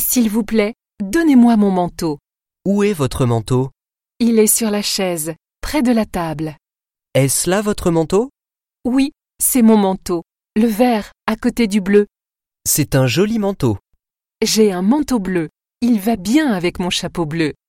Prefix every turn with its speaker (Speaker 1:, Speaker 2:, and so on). Speaker 1: S'il vous plaît, donnez-moi mon manteau.
Speaker 2: Où est votre manteau
Speaker 1: Il est sur la chaise, près de la table.
Speaker 2: Est-ce là votre manteau
Speaker 1: Oui, c'est mon manteau. Le vert, à côté du bleu.
Speaker 2: C'est un joli manteau.
Speaker 1: J'ai un manteau bleu. Il va bien avec mon chapeau bleu.